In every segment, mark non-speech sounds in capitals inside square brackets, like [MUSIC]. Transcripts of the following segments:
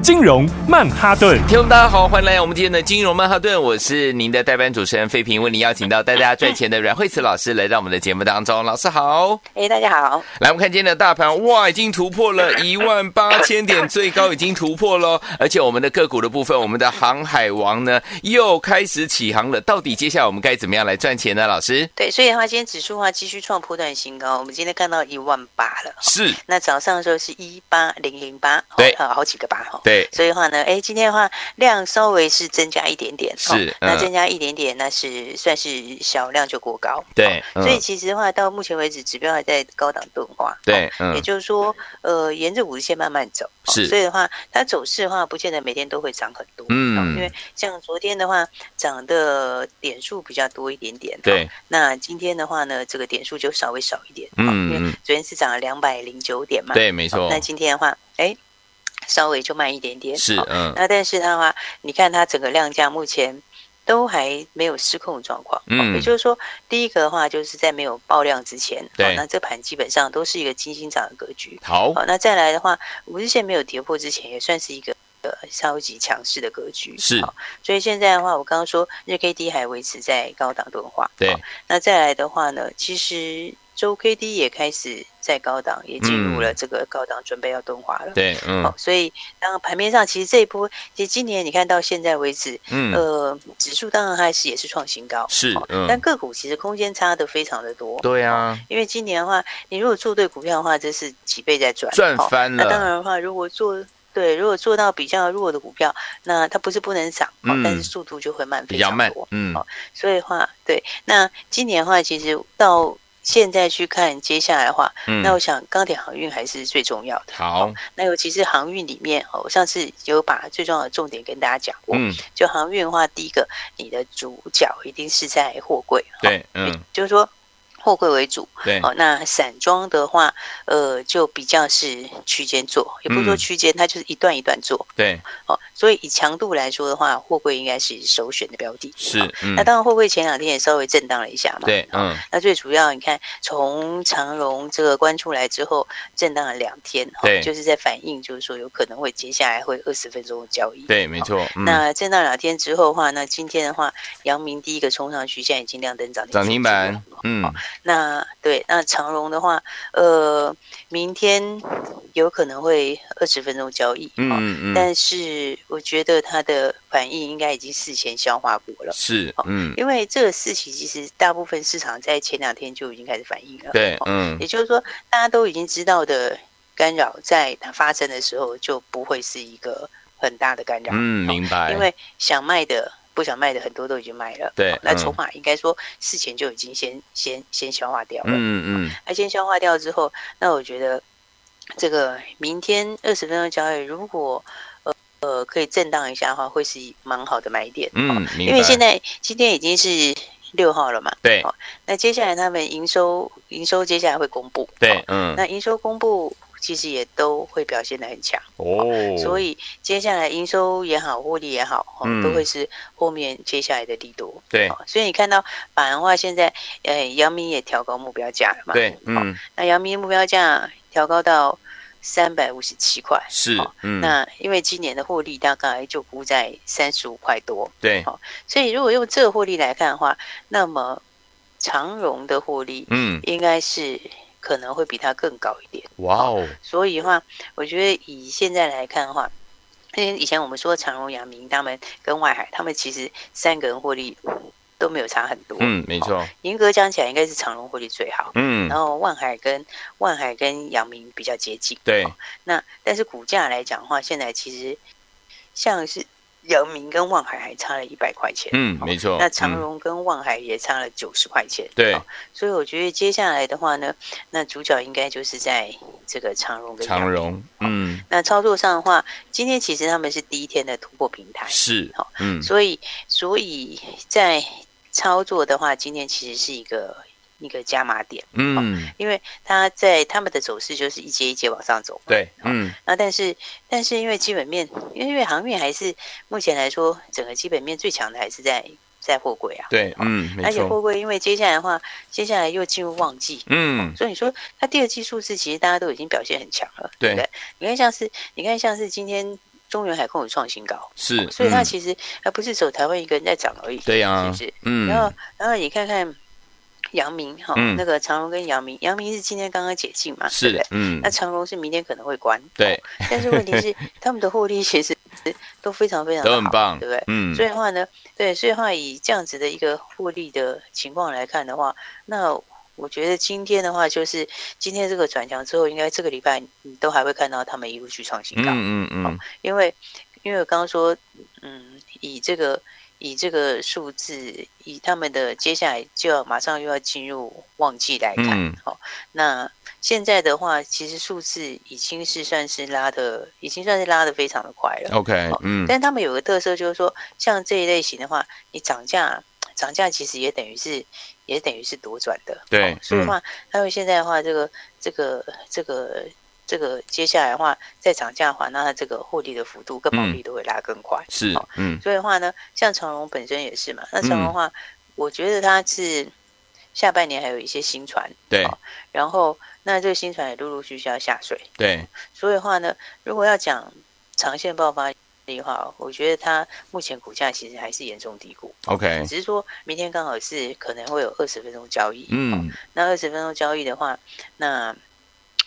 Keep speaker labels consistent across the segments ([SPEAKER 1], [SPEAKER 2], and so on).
[SPEAKER 1] 金融曼哈顿。
[SPEAKER 2] 听众大家好，欢迎来到我们今天的金融曼哈顿，我是您的代班主持人费平，为您邀请到带大家赚钱的阮慧慈老师来到我们的节目当中，老师好。
[SPEAKER 3] 哎、大家好，
[SPEAKER 2] 来，我们看今天的大盘，哇，已经突破了
[SPEAKER 3] [LAUGHS]
[SPEAKER 2] 一万八千点，最高已经突破喽。而且我们的个股的部分，我们的航海王呢又开始起航了。到底接下来我们该怎么样来赚钱呢？老师
[SPEAKER 3] 对，所以的话，今天指数的话继续创破断新高，我们今天看到一万八了。
[SPEAKER 2] 是，
[SPEAKER 3] 那早上的时候是一八零零八，哦
[SPEAKER 2] 对
[SPEAKER 3] 好好几个八哈。
[SPEAKER 2] 对，
[SPEAKER 3] 所以的话呢，哎，今天的话量稍微是增加一点点，哦
[SPEAKER 2] 是
[SPEAKER 3] 那
[SPEAKER 2] 嗯
[SPEAKER 3] 增加一点点，那是算是小量就过高，
[SPEAKER 2] 对嗯
[SPEAKER 3] 哦所以其实的话，到目前为止指标还在高档钝化，哦
[SPEAKER 2] 对，
[SPEAKER 3] 也
[SPEAKER 2] 嗯，
[SPEAKER 3] 就是说，呃，沿着五日线慢慢走，哦
[SPEAKER 2] 是
[SPEAKER 3] 所以的话，它走势的话，不见得每天都会涨很多，
[SPEAKER 2] 嗯
[SPEAKER 3] 哦因为像昨天的话，涨的点数比较多一点点，
[SPEAKER 2] 对
[SPEAKER 3] 哦那今天的话呢，这个点数就稍微少一点，
[SPEAKER 2] 嗯
[SPEAKER 3] 哦因
[SPEAKER 2] 嗯
[SPEAKER 3] 为昨天是涨了两百零九点嘛，哦
[SPEAKER 2] 对，没错
[SPEAKER 3] 那，今天的话，哎，稍微就慢一点点，
[SPEAKER 2] 是
[SPEAKER 3] 哦，
[SPEAKER 2] 嗯
[SPEAKER 3] 那但是的话，你看它整个量价目前。都还没有失控的状况，哦
[SPEAKER 2] 嗯
[SPEAKER 3] 也就是说，第一个的话，就是在没有爆量之前，哦
[SPEAKER 2] 对哦
[SPEAKER 3] 那这盘基本上都是一个金星涨的格局。
[SPEAKER 2] 好，
[SPEAKER 3] 好、那再来的话，五日线没有跌破之前，也算是一个呃超级强势的格局。
[SPEAKER 2] 是
[SPEAKER 3] 好所以现在的话，我刚刚说日 K D 还维持在高档钝化。
[SPEAKER 2] 对
[SPEAKER 3] 好那再来的话呢，其实周 K D 也开始在高档，也进
[SPEAKER 2] 嗯
[SPEAKER 3] 入了这个高档，准备要钝化了。
[SPEAKER 2] 对，
[SPEAKER 3] 好、
[SPEAKER 2] 嗯
[SPEAKER 3] 所以当然盘面上其实这一波，其实今年你看到现在为止，
[SPEAKER 2] 嗯，
[SPEAKER 3] 呃，指数当然还是也是创新高，
[SPEAKER 2] 是
[SPEAKER 3] 好
[SPEAKER 2] 嗯
[SPEAKER 3] 但个股其实空间差的非常的多。
[SPEAKER 2] 对啊，
[SPEAKER 3] 因为今年的话，你如果做对股票的话，这是几倍在赚，
[SPEAKER 2] 赚
[SPEAKER 3] 哦
[SPEAKER 2] 翻
[SPEAKER 3] 那当
[SPEAKER 2] 了，
[SPEAKER 3] 然的话，如果做对，如果做到比较弱的股票，那它不是不能涨，哦
[SPEAKER 2] 嗯
[SPEAKER 3] 但是速度就会慢
[SPEAKER 2] 比
[SPEAKER 3] 非
[SPEAKER 2] 较
[SPEAKER 3] 常
[SPEAKER 2] 慢
[SPEAKER 3] 多。，哦
[SPEAKER 2] 嗯，
[SPEAKER 3] 所以的话，对，那今年的话，其实到现在去看接下来的话，那我哦
[SPEAKER 2] 嗯，
[SPEAKER 3] 想钢铁航运还是最重要的。
[SPEAKER 2] 好，
[SPEAKER 3] 那尤其是航运里面，哦我上次有把最重要的重点跟大家讲过。
[SPEAKER 2] 嗯，
[SPEAKER 3] 就航运的话，第一个，你的主角一定是在货柜，哦
[SPEAKER 2] 对，嗯，
[SPEAKER 3] 就是说货柜为主。
[SPEAKER 2] 对，
[SPEAKER 3] 哦，那散装的话，呃，就比较是区间做，也不是说
[SPEAKER 2] 嗯
[SPEAKER 3] 区间，它就是一段一段做。
[SPEAKER 2] 对，
[SPEAKER 3] 哦，所以以强度来说的话，货柜应该是首选的标的。
[SPEAKER 2] 是
[SPEAKER 3] 哦，
[SPEAKER 2] 嗯
[SPEAKER 3] 那，当然，货柜前两天也稍微震荡了一下嘛。
[SPEAKER 2] 对，嗯，
[SPEAKER 3] 那最主要，你看从长荣这个关出来之后，震荡了两天，哦
[SPEAKER 2] 对
[SPEAKER 3] 就是在反映，就是说有可能会接下来会二十分钟的交易。
[SPEAKER 2] 对，没错，嗯。
[SPEAKER 3] 哦那震荡两天之后的话，那今天的话，阳明第一个冲上去，现在已经亮灯涨停
[SPEAKER 2] 涨停板
[SPEAKER 3] 锁住了，
[SPEAKER 2] 嗯，
[SPEAKER 3] 那对，那长荣的话，呃，明天有可能会二十分钟交易，哦
[SPEAKER 2] 嗯嗯嗯，
[SPEAKER 3] 但是我觉得它的反应应该已经事前消化过了，
[SPEAKER 2] 是，嗯，
[SPEAKER 3] 因为这个事情其实大部分市场在前两天就已经开始反应了，
[SPEAKER 2] 对，
[SPEAKER 3] 哦
[SPEAKER 2] 嗯
[SPEAKER 3] 也，就是说大家都已经知道的干扰，在它发生的时候就不会是一个很大的干扰，
[SPEAKER 2] 嗯，
[SPEAKER 3] 哦
[SPEAKER 2] 明白，
[SPEAKER 3] 因为想卖的、不想卖的很多都已经卖了，
[SPEAKER 2] 对
[SPEAKER 3] 哦那
[SPEAKER 2] 嗯
[SPEAKER 3] 筹码应该说事前就已经先先先消化掉了，
[SPEAKER 2] 嗯嗯
[SPEAKER 3] 那先消化掉之后，那我觉得这个明天二十分钟交易，如果呃呃可以震荡一下的话，会是蛮好的买点。
[SPEAKER 2] 嗯
[SPEAKER 3] 哦，
[SPEAKER 2] 嗯，
[SPEAKER 3] 因为现
[SPEAKER 2] 在
[SPEAKER 3] 在今天已经是六号了嘛，
[SPEAKER 2] 对
[SPEAKER 3] 哦那接下来他们营收营收接下来会公布，
[SPEAKER 2] 对
[SPEAKER 3] 哦，
[SPEAKER 2] 嗯，
[SPEAKER 3] 那营收公布其实也都会表现得很强，
[SPEAKER 2] 哦
[SPEAKER 3] 所以接下来营收也好，获利也好，哦
[SPEAKER 2] 嗯
[SPEAKER 3] 都会是后面接下来的利多。
[SPEAKER 2] 对
[SPEAKER 3] 哦所以你看到板的话，现在呃，阳明也调高目标价了嘛，
[SPEAKER 2] 对，
[SPEAKER 3] 哦
[SPEAKER 2] 嗯，
[SPEAKER 3] 那阳明目标价调高到三百五十七块。哦
[SPEAKER 2] 是，嗯，
[SPEAKER 3] 那因为今年的获利大概就估在三十五块多，
[SPEAKER 2] 对，
[SPEAKER 3] 所以如果用这个获利来看的话，那么长荣的获利
[SPEAKER 2] 嗯，
[SPEAKER 3] 应该是可能会比它更高一点。
[SPEAKER 2] 哇哦，
[SPEAKER 3] 所以的话，我觉得以现在来看的话，因为以前我们说长荣、阳明他们跟外海，他们其实三个人获利都没有差很多。
[SPEAKER 2] 嗯，没错，
[SPEAKER 3] 严格讲起来，应该是长荣获利最好。
[SPEAKER 2] 嗯
[SPEAKER 3] 哦然，后万海跟万海跟阳明比较接近。
[SPEAKER 2] 对，
[SPEAKER 3] 那但是股价来讲的话，现在其实像是阳明跟望海还差了一百块钱。
[SPEAKER 2] 嗯，
[SPEAKER 3] 哦
[SPEAKER 2] 没错。
[SPEAKER 3] 那长
[SPEAKER 2] 嗯
[SPEAKER 3] 荣跟望海也差了九十块钱。
[SPEAKER 2] 对
[SPEAKER 3] 哦所以我觉得接下来的话呢，那主角应该就是在这个长荣跟阳
[SPEAKER 2] 长
[SPEAKER 3] 明。
[SPEAKER 2] 荣，嗯，
[SPEAKER 3] 那操作上的话，今天其实他们是第一天的突破平台，
[SPEAKER 2] 是
[SPEAKER 3] 哦好，
[SPEAKER 2] 嗯，
[SPEAKER 3] 所以所以在操作的话，今天其实是一个一个加码点，哦
[SPEAKER 2] 嗯，
[SPEAKER 3] 因为它在他们的走势就是一阶一阶往上走嘛。
[SPEAKER 2] 对，嗯，
[SPEAKER 3] 那但是但是因为基本面，因为因为航运还是目前来说，整个基本面最强的还是在在货柜啊。
[SPEAKER 2] 对，嗯，没
[SPEAKER 3] 而且
[SPEAKER 2] 错，
[SPEAKER 3] 货柜因为接下来的话，接下来又进入旺季，
[SPEAKER 2] 嗯，
[SPEAKER 3] 所以你说它第二季数字其实大家都已经表现很强了，
[SPEAKER 2] 对
[SPEAKER 3] 不对？你看像是你看像是今天中原海控有创新高，
[SPEAKER 2] 是，
[SPEAKER 3] 哦所以它
[SPEAKER 2] 嗯
[SPEAKER 3] 其实还不是走台湾一个人在涨而已，
[SPEAKER 2] 对呀
[SPEAKER 3] 是不是？，
[SPEAKER 2] 嗯，
[SPEAKER 3] 然后然后你看看阳明哈，
[SPEAKER 2] 嗯
[SPEAKER 3] 那个长荣跟阳明，阳明是今天刚刚解禁嘛，对不
[SPEAKER 2] 是
[SPEAKER 3] 对？，
[SPEAKER 2] 嗯
[SPEAKER 3] 那，长荣是明天可能会关，
[SPEAKER 2] 对
[SPEAKER 3] 哦，但是问题是他们的获利其实都非常非常地
[SPEAKER 2] 都很
[SPEAKER 3] 好
[SPEAKER 2] 棒
[SPEAKER 3] 对不对？
[SPEAKER 2] 嗯，
[SPEAKER 3] 所以的话呢，对，所以的话以这样子的一个获利的情况来看的话，那我觉得今天的话，就是今天这个转强之后，应该这个礼拜你都还会看到他们一路去创新高，
[SPEAKER 2] 嗯嗯嗯，
[SPEAKER 3] 因为因为我刚刚说，嗯，以这个以这个数字，以他们的接下来就要马上又要进入旺季来看
[SPEAKER 2] 嗯，
[SPEAKER 3] 好、那现在的话，其实数字已经是算是拉的，已经算是拉的非常的快了。
[SPEAKER 2] OK，
[SPEAKER 3] 好
[SPEAKER 2] 嗯，
[SPEAKER 3] 但他们有个特色，就是说，像这一类型的话，你涨价，涨价其实也等于是，也等于是夺转的。
[SPEAKER 2] 对
[SPEAKER 3] 哦所以
[SPEAKER 2] 嗯
[SPEAKER 3] 的话，他们现在的话，这个这个这个这个接下来的话，再涨价的话，那它这个获利的幅度跟毛
[SPEAKER 2] 嗯
[SPEAKER 3] 利都会拉更快。
[SPEAKER 2] 是
[SPEAKER 3] 好，
[SPEAKER 2] 嗯，
[SPEAKER 3] 所以的话呢，像长隆本身也是嘛，那长
[SPEAKER 2] 嗯
[SPEAKER 3] 隆的话，我觉得它是下半年还有一些新船，
[SPEAKER 2] 对
[SPEAKER 3] 好然后那这个新船也陆陆续续要下水。
[SPEAKER 2] 对，
[SPEAKER 3] 所以的话呢，如果要讲长线爆发力的话，我觉得它目前股价其实还是严重低估，
[SPEAKER 2] OK，
[SPEAKER 3] 只是说明天刚好是可能会有二十分钟交易。哦，
[SPEAKER 2] 嗯，
[SPEAKER 3] 那二十分钟交易的话，那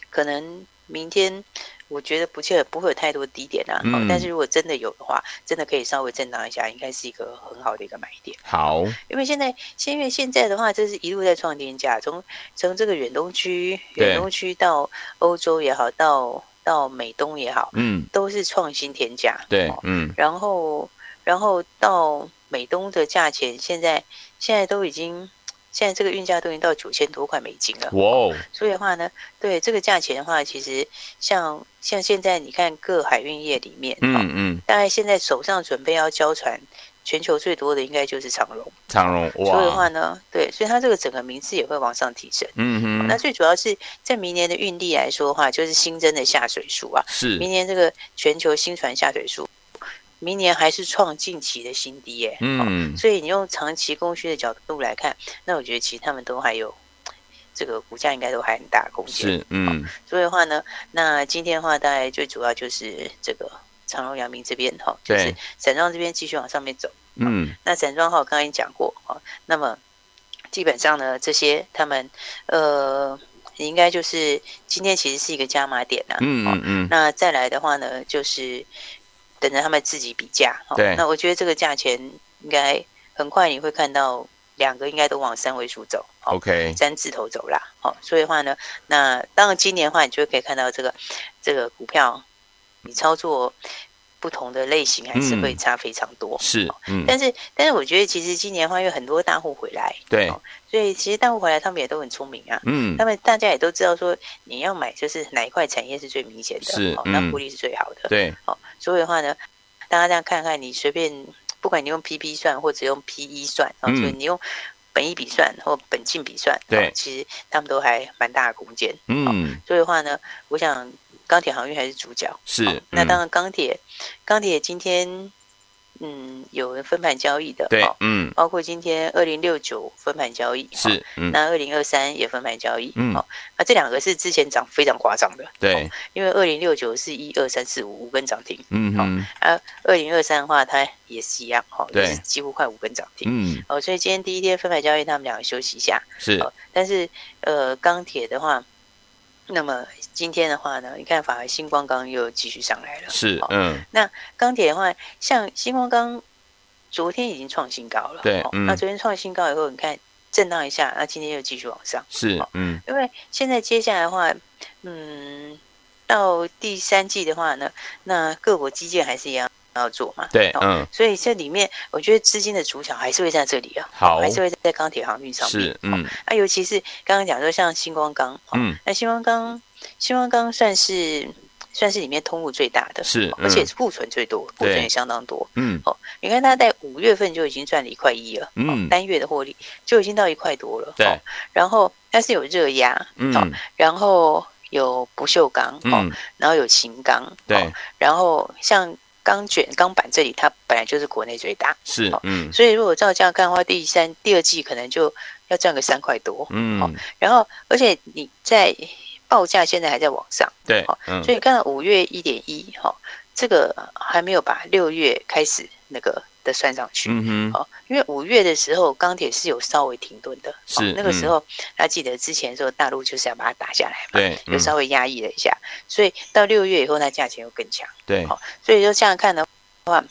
[SPEAKER 3] 可能明天我觉得不切不会有太多低点啊、哦
[SPEAKER 2] 嗯
[SPEAKER 3] 但是如果真的有的话，真的可以稍微震荡一下，应该是一个很好的一个买点。
[SPEAKER 2] 好，
[SPEAKER 3] 因为现在，现因为现在的话，这是一路在创天价，从从这个远东区、
[SPEAKER 2] 对
[SPEAKER 3] 远东区到欧洲也好，到到美东也好，
[SPEAKER 2] 嗯，
[SPEAKER 3] 都是创新天价。
[SPEAKER 2] 对
[SPEAKER 3] 哦，
[SPEAKER 2] 嗯，
[SPEAKER 3] 然后然后到美东的价钱，现在现在都已经，现在这个运价都已经到九千多块美金了。
[SPEAKER 2] 哇哦，
[SPEAKER 3] 所以的话呢，对这个价钱的话，其实像像现在你看各海运业里面，哦
[SPEAKER 2] 嗯嗯，
[SPEAKER 3] 大概现在手上准备要交船，全球最多的应该就是长荣。
[SPEAKER 2] 长荣，
[SPEAKER 3] 所以的话
[SPEAKER 2] 哇，哦
[SPEAKER 3] 呢，对，所以它这个整个名次也会往上提升。
[SPEAKER 2] 嗯
[SPEAKER 3] 那
[SPEAKER 2] 哼，
[SPEAKER 3] 最主要是在明年的运力来说的话，就是新增的下水数啊，
[SPEAKER 2] 是，
[SPEAKER 3] 明年这个全球新船下水数，明年还是创近期的新低耶、哦
[SPEAKER 2] 嗯，
[SPEAKER 3] 所以你用长期供需的角度来看，那我觉得其实他们都还有这个股价应该都还很大的空间。
[SPEAKER 2] 是，嗯，
[SPEAKER 3] 所以的话呢，那今天的话，大概最主要就是这个长荣、阳明这边哈、哦，就是
[SPEAKER 2] 对
[SPEAKER 3] 散装这边继续往上面走。
[SPEAKER 2] 嗯，
[SPEAKER 3] 那散装号刚才已经讲过啊、哦，那么基本上呢，这些他们呃，应该就是今天其实是一个加码点啦、
[SPEAKER 2] 嗯
[SPEAKER 3] 哦
[SPEAKER 2] 嗯嗯，
[SPEAKER 3] 那再来的话呢，就是等着他们自己比价。哦
[SPEAKER 2] 对
[SPEAKER 3] 那我觉得这个价钱应该很快你会看到两个应该都往三位数走。哦
[SPEAKER 2] OK，
[SPEAKER 3] 三字头走啦，好、所以的话呢，那当然今年的话，你就可以看到这个这个股票，你操作不同的类型还是会
[SPEAKER 2] 嗯
[SPEAKER 3] 差非常多。哦
[SPEAKER 2] 是，嗯，
[SPEAKER 3] 但是，但是我觉得其实今年的话，有很多大户回来，
[SPEAKER 2] 对，
[SPEAKER 3] 所以其实大户回来，他们也都很聪明啊。
[SPEAKER 2] 嗯
[SPEAKER 3] 他，们大家也都知道说，你要买就是哪一块产业是最明显的，
[SPEAKER 2] 是
[SPEAKER 3] 哦，
[SPEAKER 2] 嗯
[SPEAKER 3] 那获利是最好的。
[SPEAKER 2] 对，
[SPEAKER 3] 所以的话呢，大家这样看看，你随便，不管你用 PP 算或者用 PE 算，哦，
[SPEAKER 2] 嗯
[SPEAKER 3] 就是你用本益比算或本净比算，
[SPEAKER 2] 对
[SPEAKER 3] 哦其实他们都还蛮大的空间。
[SPEAKER 2] 嗯，
[SPEAKER 3] 所以的话呢，我想钢铁航运还是主角。好
[SPEAKER 2] 是，嗯
[SPEAKER 3] 那当然钢铁，钢铁今天嗯有分盘交易的，
[SPEAKER 2] 对
[SPEAKER 3] 哦，
[SPEAKER 2] 嗯，
[SPEAKER 3] 包括今天二零六九分盘交易，哦
[SPEAKER 2] 是，嗯，
[SPEAKER 3] 那二零二三也分盘交易，
[SPEAKER 2] 嗯
[SPEAKER 3] 哦，那这两个是之前涨非常夸张的，
[SPEAKER 2] 对，
[SPEAKER 3] 因为二零六九是一二三四五五根涨停，
[SPEAKER 2] 嗯哼，
[SPEAKER 3] 啊，二零二三的话它也是一样，哦，
[SPEAKER 2] 对
[SPEAKER 3] 也是几乎快五根涨停，
[SPEAKER 2] 嗯，
[SPEAKER 3] 哦，所以今天第一天分盘交易，他们两个休息一下，
[SPEAKER 2] 是，
[SPEAKER 3] 哦，但是呃钢铁的话，那么今天的话呢，你看反而星光钢又继续上来了，
[SPEAKER 2] 是
[SPEAKER 3] 哦，
[SPEAKER 2] 嗯，
[SPEAKER 3] 钢铁的话，像星光钢昨天已经创新高了，
[SPEAKER 2] 对
[SPEAKER 3] 哦
[SPEAKER 2] 嗯
[SPEAKER 3] 那昨天创新高以后，你看震荡一下，那今天又继续往上，
[SPEAKER 2] 是，嗯，
[SPEAKER 3] 因为现在接下来的话，嗯，到第三季的话呢，那各国基建还是一样要做嘛。
[SPEAKER 2] 对，
[SPEAKER 3] 哦
[SPEAKER 2] 嗯，
[SPEAKER 3] 所以这里面，我觉得资金的主角还是会在这里啊，
[SPEAKER 2] 好
[SPEAKER 3] 还是会在钢铁航运上面。
[SPEAKER 2] 哦是，嗯
[SPEAKER 3] 啊，尤其是刚刚讲说像星光钢，哦
[SPEAKER 2] 嗯，
[SPEAKER 3] 那星光钢，星光钢算是算是里面通路最大的，
[SPEAKER 2] 是
[SPEAKER 3] 哦
[SPEAKER 2] 嗯
[SPEAKER 3] 而且是库存最多，库存
[SPEAKER 2] 对
[SPEAKER 3] 也相当多。
[SPEAKER 2] 嗯
[SPEAKER 3] 你看它在五月份就已经赚了一块一了，哦
[SPEAKER 2] 嗯
[SPEAKER 3] 单月的获利就已经到一块多了。
[SPEAKER 2] 对
[SPEAKER 3] 哦然后它是有热压，哦
[SPEAKER 2] 嗯
[SPEAKER 3] 然后有不锈钢，哦，
[SPEAKER 2] 嗯，
[SPEAKER 3] 然后有秦钢，
[SPEAKER 2] 对
[SPEAKER 3] 哦，然后像钢卷、钢板这里，它本来就是国内最大，
[SPEAKER 2] 是，嗯
[SPEAKER 3] 所以如果照这样看的话，第三、第二季可能就要赚个三块多。
[SPEAKER 2] 嗯，
[SPEAKER 3] 然后，而且你在报价现在还在往上，
[SPEAKER 2] 对
[SPEAKER 3] 好，
[SPEAKER 2] 嗯
[SPEAKER 3] 所以刚才五月一点一，哈，这个还没有把六月开始那个的算上去。
[SPEAKER 2] 嗯哼，
[SPEAKER 3] 哦，因为五月的时候钢铁是有稍微停顿的，
[SPEAKER 2] 是
[SPEAKER 3] 哦、那个
[SPEAKER 2] 嗯
[SPEAKER 3] 时候还记得之前的时候大陆就是要把它打下来嘛，
[SPEAKER 2] 对，
[SPEAKER 3] 又
[SPEAKER 2] 嗯
[SPEAKER 3] 稍微压抑了一下，所以到六月以后，它价钱又更强。
[SPEAKER 2] 对，
[SPEAKER 3] 所以就这样看的话，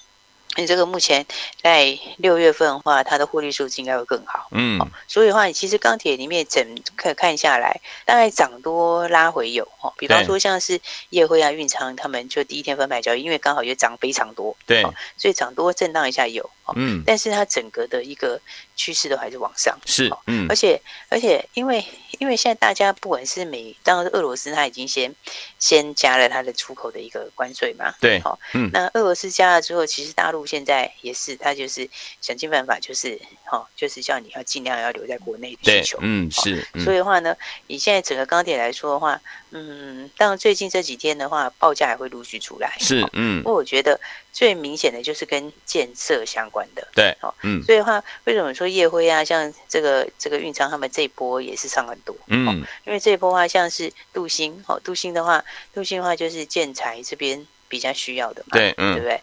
[SPEAKER 3] 你这个目前在六月份的话，它的获利数字应该会更好。
[SPEAKER 2] 嗯
[SPEAKER 3] 所以的话，你其实钢铁里面整看看下来，大概涨多拉回有哦。比方
[SPEAKER 2] 对
[SPEAKER 3] 说像是夜辉啊、运昌他们就第一天分牌交易，因为刚好也涨非常多，哦
[SPEAKER 2] 对，
[SPEAKER 3] 所以涨多震荡一下有哦。
[SPEAKER 2] 嗯
[SPEAKER 3] 但是它整个的一个趋势都还是往上，哦
[SPEAKER 2] 是，嗯
[SPEAKER 3] 而且而且因为因为现在大家不管是美，当然是俄罗斯它已经先先加了它的出口的一个关税嘛，哦
[SPEAKER 2] 对，嗯
[SPEAKER 3] 那俄罗斯加了之后，其实大陆现在也是，他就是想尽办法，就是哦，就是叫你要尽量要留在国内
[SPEAKER 2] 对
[SPEAKER 3] 需求，。
[SPEAKER 2] 嗯是，
[SPEAKER 3] 所
[SPEAKER 2] 嗯
[SPEAKER 3] 以的话呢，以现在整个钢铁来说的话，嗯，当然最近这几天的话，报价也会陆续出来。
[SPEAKER 2] 是
[SPEAKER 3] 哦，
[SPEAKER 2] 嗯
[SPEAKER 3] 不过我觉得最明显的就是跟建设相关的。
[SPEAKER 2] 对，嗯
[SPEAKER 3] 所以的话，为什么说夜辉啊，像这个这个运昌他们这一波也是上很多？哦
[SPEAKER 2] 嗯
[SPEAKER 3] 因为这一波的话，像是镀锌哦，镀锌的话，镀锌的话就是建材这边比较需要的嘛。
[SPEAKER 2] 对，
[SPEAKER 3] 对
[SPEAKER 2] 嗯
[SPEAKER 3] 不对？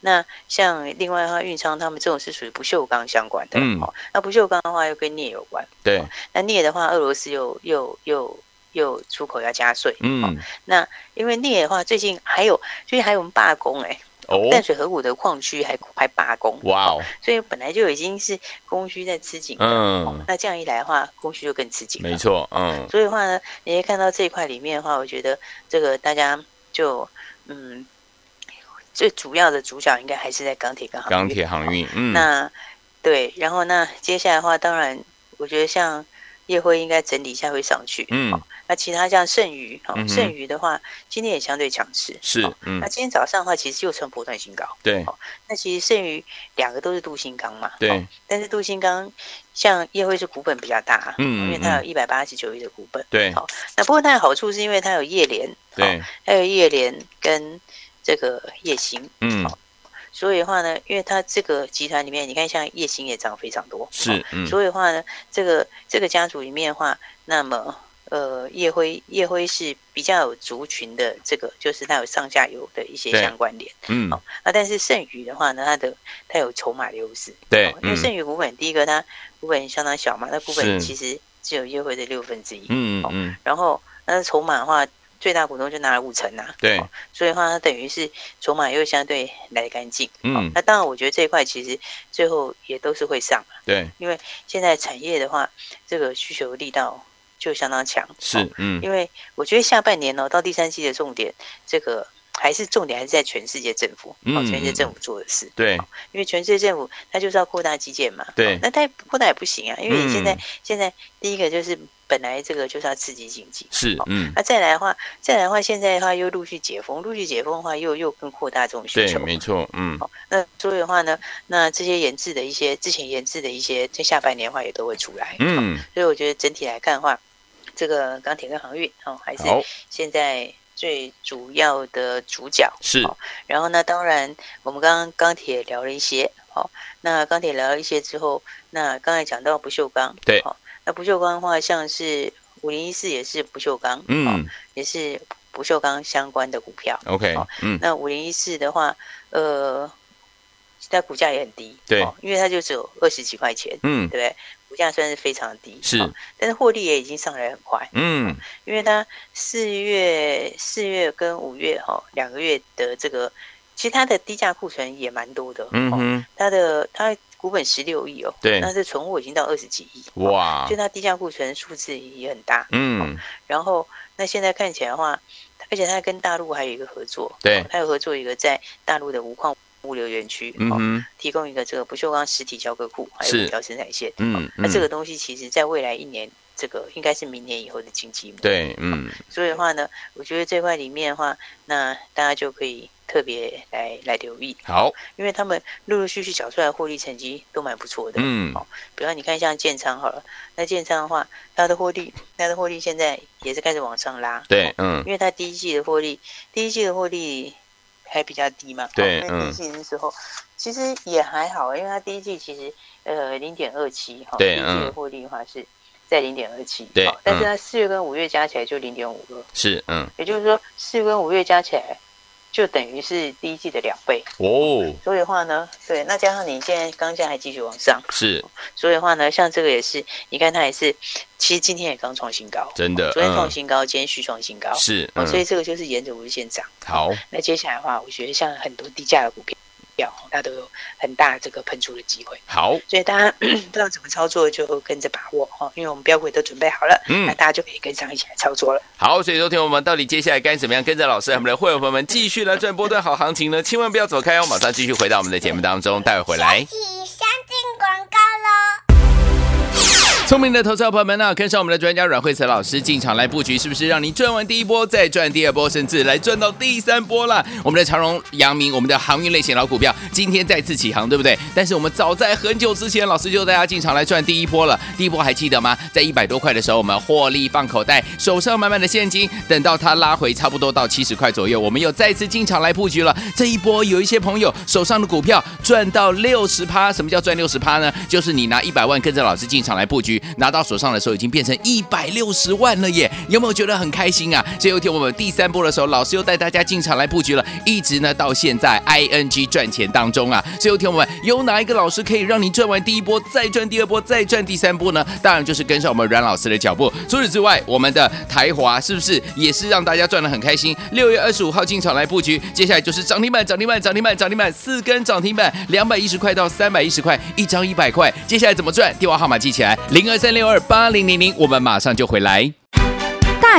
[SPEAKER 3] 那像另外的话，运昌他们这种是属于不锈钢相关的，
[SPEAKER 2] 嗯
[SPEAKER 3] 哦，那不锈钢的话又跟镍有关，
[SPEAKER 2] 对，
[SPEAKER 3] 那镍的话，俄罗斯又又又又出口要加税，哦，
[SPEAKER 2] 嗯
[SPEAKER 3] 因为镍的话，最近还有最近还有我们罢工、欸，
[SPEAKER 2] 哦
[SPEAKER 3] 淡水河谷的矿区还还罢工，
[SPEAKER 2] 哇哦，
[SPEAKER 3] 所以本来就已经是供需在吃紧，
[SPEAKER 2] 嗯
[SPEAKER 3] 那这样一来的话，供需就更吃紧，
[SPEAKER 2] 没。错，嗯
[SPEAKER 3] 所以的话呢，你会看到这一块里面的话，我觉得这个大家就嗯，最主要的主角应该还是在钢铁跟航运
[SPEAKER 2] 钢铁航运，嗯
[SPEAKER 3] 那对，然后那接下来的话，当然我觉得像夜辉应该整理一下会上去。
[SPEAKER 2] 嗯
[SPEAKER 3] 那其他像剩余哦
[SPEAKER 2] 嗯，哼
[SPEAKER 3] 剩余的话，今天也相对强势。
[SPEAKER 2] 是
[SPEAKER 3] 哦，
[SPEAKER 2] 嗯
[SPEAKER 3] 那今天早上的话，其实又创波段新高。
[SPEAKER 2] 对
[SPEAKER 3] 那其实剩余两个都是镀锌钢嘛。哦
[SPEAKER 2] 对
[SPEAKER 3] 但是镀锌钢像夜辉是股本比较大，啊
[SPEAKER 2] 嗯嗯
[SPEAKER 3] 因为它有一百八十九亿的股本。
[SPEAKER 2] 对
[SPEAKER 3] 那不过它的好处是因为它有夜联，哦，
[SPEAKER 2] 对，
[SPEAKER 3] 还有夜联跟这个夜行。
[SPEAKER 2] 嗯
[SPEAKER 3] 所以的话呢，因为它这个集团里面，你看像夜行也涨非常多，
[SPEAKER 2] 是，嗯
[SPEAKER 3] 所以的话呢，这个这个家族里面的话，那么呃，叶辉叶辉是比较有族群的，这个就是它有上下游的一些
[SPEAKER 2] 对
[SPEAKER 3] 相关联
[SPEAKER 2] 嗯
[SPEAKER 3] 啊。但是剩余的话呢，它的它有筹码的优势，
[SPEAKER 2] 对
[SPEAKER 3] 哦，因为剩
[SPEAKER 2] 嗯
[SPEAKER 3] 余股本，第一个它股本相当小嘛，那股本
[SPEAKER 2] 是
[SPEAKER 3] 其实只有叶辉的六分之一，
[SPEAKER 2] 嗯嗯
[SPEAKER 3] 然后那筹码的话，最大股东就拿了五成啊，
[SPEAKER 2] 对，
[SPEAKER 3] 所以的话它等于是筹码又相对来得干净。
[SPEAKER 2] 嗯
[SPEAKER 3] 那当然，我觉得这一块其实最后也都是会上。啊
[SPEAKER 2] 对
[SPEAKER 3] 现在产业的话，这个需求力道就相当强。哦
[SPEAKER 2] 是，嗯
[SPEAKER 3] 因为我觉得下半年呢、哦到第三季的重点，这个还是重点还是在全世界政府，哦
[SPEAKER 2] 嗯，
[SPEAKER 3] 全世界政府做的事。
[SPEAKER 2] 对
[SPEAKER 3] 因为全世界政府它就是要扩大基建嘛。
[SPEAKER 2] 对
[SPEAKER 3] 哦那它扩大也不行啊，因为你现在、
[SPEAKER 2] 嗯
[SPEAKER 3] 现在第一个就是本来这个就是要刺激经济。
[SPEAKER 2] 是，嗯
[SPEAKER 3] 啊那、再来的话，再来的话，现在的话又陆续解封，陆续解封的话又又更扩大这种需
[SPEAKER 2] 对
[SPEAKER 3] 求。
[SPEAKER 2] 没错，嗯
[SPEAKER 3] 那所以的话呢，那这些研制的一些之前研制的一些，在下半年的话也都会出来。
[SPEAKER 2] 嗯
[SPEAKER 3] 所以我觉得整体来看的话，这个钢铁跟航运哦，还是
[SPEAKER 2] 好
[SPEAKER 3] 现在最主要的主角。
[SPEAKER 2] 是
[SPEAKER 3] 然后呢，当然我们刚刚钢铁聊了一些，哦，那钢铁聊了一些之后，那刚才讲到不锈钢，
[SPEAKER 2] 对
[SPEAKER 3] 哦，那不锈钢的话，像是五零一四也是不锈钢，哦，
[SPEAKER 2] 嗯
[SPEAKER 3] 也是不锈钢相关的股票。
[SPEAKER 2] OK 嗯
[SPEAKER 3] 那五零一四的话，呃，它股价也很低，
[SPEAKER 2] 对
[SPEAKER 3] 哦，因为它就只有二十几块钱，对
[SPEAKER 2] 嗯
[SPEAKER 3] 不对？股价算是非常低，
[SPEAKER 2] 是
[SPEAKER 3] 哦但是获利也已经上来很快，
[SPEAKER 2] 嗯
[SPEAKER 3] 因为它四月、四月跟五月哈、哦、两个月的这个，其实它的低价库存也蛮多的，
[SPEAKER 2] 嗯
[SPEAKER 3] 哦，
[SPEAKER 2] 哼
[SPEAKER 3] 它的它股本十六亿哦，
[SPEAKER 2] 对啊
[SPEAKER 3] 那这存货已经到二十几亿，哦，
[SPEAKER 2] 哇
[SPEAKER 3] 所以它低价库存数字也很大。
[SPEAKER 2] 嗯
[SPEAKER 3] 然后那现在看起来的话，而且它跟大陆还有一个合作，
[SPEAKER 2] 对
[SPEAKER 3] 哦它有合作一个在大陆的无矿物流园区，
[SPEAKER 2] 嗯
[SPEAKER 3] 哦，
[SPEAKER 2] 哼，
[SPEAKER 3] 提供一个这个不锈钢实体交割库，还
[SPEAKER 2] 是
[SPEAKER 3] 有五条生产线。
[SPEAKER 2] 嗯
[SPEAKER 3] 那
[SPEAKER 2] 嗯
[SPEAKER 3] 这个东西其实在未来一年，这个应该是明年以后的经济。，
[SPEAKER 2] 对，嗯，
[SPEAKER 3] 所以的话呢，我觉得这块里面的话，那大家就可以特别来来留意，
[SPEAKER 2] 好，
[SPEAKER 3] 因为他们陆陆续续缴出来的获利成绩都蛮不错的。
[SPEAKER 2] 嗯
[SPEAKER 3] 好比方你看像建仓好了，那建仓的话，它的获利，它的获利现在也是开始往上拉。
[SPEAKER 2] 对，嗯
[SPEAKER 3] 因为它第一季的获利，第一季的获利还比较低嘛。
[SPEAKER 2] 对
[SPEAKER 3] 哦
[SPEAKER 2] 嗯
[SPEAKER 3] 那第一季的时候其实也还好，欸因为它第一季其实呃零点二七哈，
[SPEAKER 2] 对
[SPEAKER 3] 第一季的
[SPEAKER 2] 嗯
[SPEAKER 3] 获利的话是在零点二七，
[SPEAKER 2] 对
[SPEAKER 3] 好但
[SPEAKER 2] 嗯
[SPEAKER 3] 是它四月跟五月加起来就零点五二，
[SPEAKER 2] 是，嗯
[SPEAKER 3] 也就是说四月跟五月加起来就等于是第一季的两倍。
[SPEAKER 2] 哦，
[SPEAKER 3] 所以的话呢，对，那加上你现在刚价还继续往上，
[SPEAKER 2] 是
[SPEAKER 3] 所以的话呢，像这个也是，你看它也是，其实今天也刚创新高，
[SPEAKER 2] 真的，
[SPEAKER 3] 昨天创
[SPEAKER 2] 嗯
[SPEAKER 3] 新高，今天续创新高。
[SPEAKER 2] 是，
[SPEAKER 3] 哦，所以
[SPEAKER 2] 嗯
[SPEAKER 3] 这个就是沿着五日线涨。
[SPEAKER 2] 好，
[SPEAKER 3] 那接下来的话，我觉得像很多低价的股票，它都有很大这个喷出的机会，
[SPEAKER 2] 好，
[SPEAKER 3] 所以大家 [CLEARS THROAT] 不知道怎么操作，就跟着把握哦，因为我们标股也都准备好了，
[SPEAKER 2] 嗯
[SPEAKER 3] 那大家就可以跟上一起来操作了。
[SPEAKER 2] 好，所以昨天我们到底接下来该怎么样跟着老师和我们的会员朋友们继续来赚波段好行情呢？千万不要走开哦，马上继续回到我们的节目当中，待会回来。
[SPEAKER 4] 起相进广告喽。
[SPEAKER 2] [LAUGHS] 聪明的投资者朋友们啊，跟上我们的专家阮慧慈老师进场来布局，是不是让你赚完第一波，再赚第二波，甚至来赚到第三波啦？我们的长荣、阳明，我们的航运类型老股票，今天再次起航，对不对？但是我们早在很久之前，老师就带大家进场来赚第一波了。第一波还记得吗？在一百多块的时候，我们获利放口袋，手上满满的现金。等到它拉回差不多到七十块左右，我们又再次进场来布局了。这一波有一些朋友手上的股票赚到六十趴，什么叫赚六十趴呢？就是你拿一百万跟着老师进场来布局，拿到手上的时候已经变成一百六十万了耶！有没有觉得很开心啊？所以有一天我们第三波的时候，老师又带大家进场来布局了，一直呢到现在 ING 赚钱当中啊。所以有一天我们有哪一个老师可以让你赚完第一波，再赚第二波，再赚第三波呢？当然就是跟上我们阮老师的脚步。除此之外，我们的台华是不是也是让大家赚得很开心？六月二十五号进场来布局，接下来就是涨停板、涨停板、涨停板、涨停板，四根涨停板，两百一十块到三百一十块，一张一百块。接下来怎么赚？电话号码记起来，零二三六二八零零零，我们马上就回来。
[SPEAKER 5] 大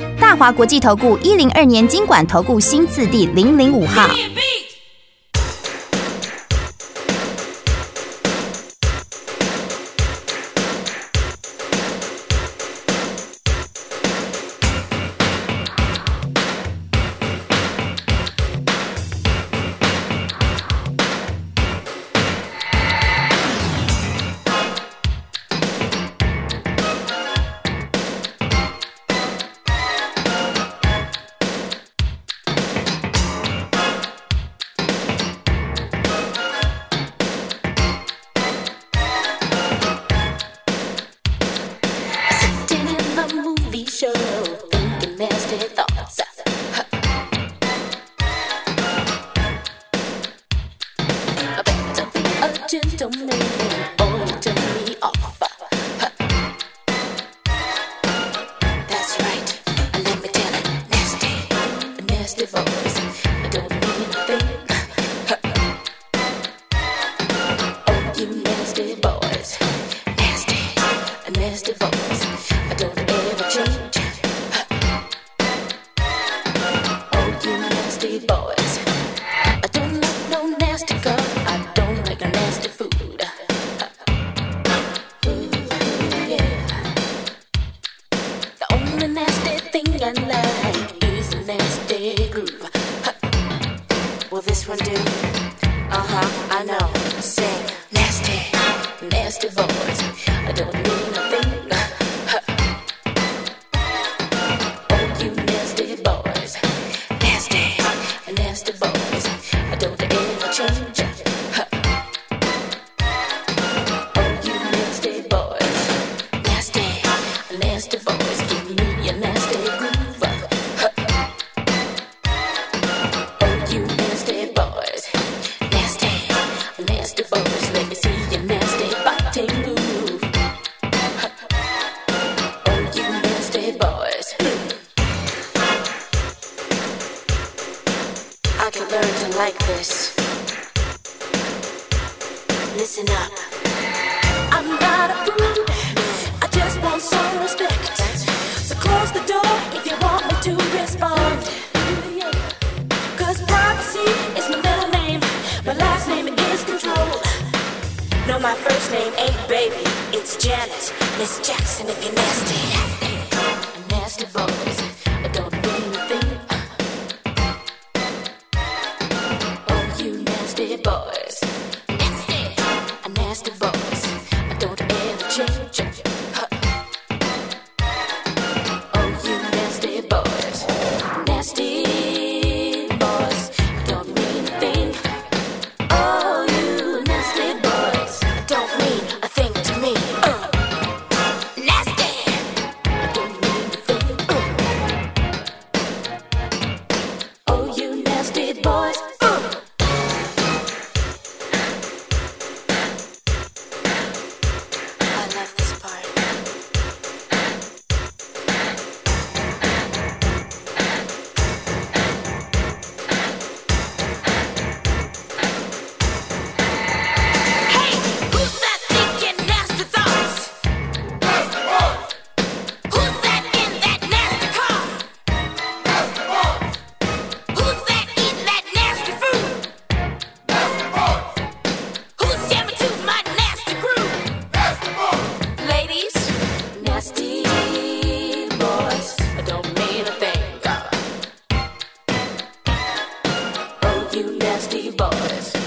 [SPEAKER 5] 大华国际投顾一零二年经管投顾新字第零零五号。
[SPEAKER 6] Sitting in the movie show, thinking nasty thoughts. I better be a gentleman, or you turn me off. That's right. Let me tell it, nasty, nasty voice. I don't mean a thing. Oh, you nasty boys, nasty, nasty boys. Oh, nasty boys. I don't like no nasty girl. I don't like a nasty food. Ooh, yeah. The only nasty thing I like is a nasty groove. Will this one do? Uh huh, I know. Sing nasty, nasty boys. I don't mean a thing. Oh, you nasty boys. Nasty, nasty boys. I don't ever change. Oh, you nasty boys. Nasty, nasty boys. Give me a nasty groove. Oh, you nasty boys. Nasty, nasty boys. Let me see your nasty body move. Oh, you nasty boys. I could learn to like this. Listen up. I'm not a prude. I just want some respect. So close the door if you want me to respond. Cause privacy is my middle name. My last name is control. No, my first name ain't baby. It's Janet. Miss Jackson if you're nasty. Nasty boys. I don't mean a thing. Oh, you nasty boys. Nasty. A nasty boys. I don't ever change. Huh. Oh, you nasty boys. Nasty boys. Don't mean a thing. Oh, you nasty boys. Don't mean a thing to me. Uh. Nasty. Don't mean a thing. Uh. Oh, you nasty boys. Uh. I love this part. Hey, who's that thinking nasty thoughts? Who's that in that nasty car? Who's that eating that nasty food? Who's jamming to my nasty groove? Ladies, nasty boys, I don't mean a thing. uh. Oh, you nasty boys.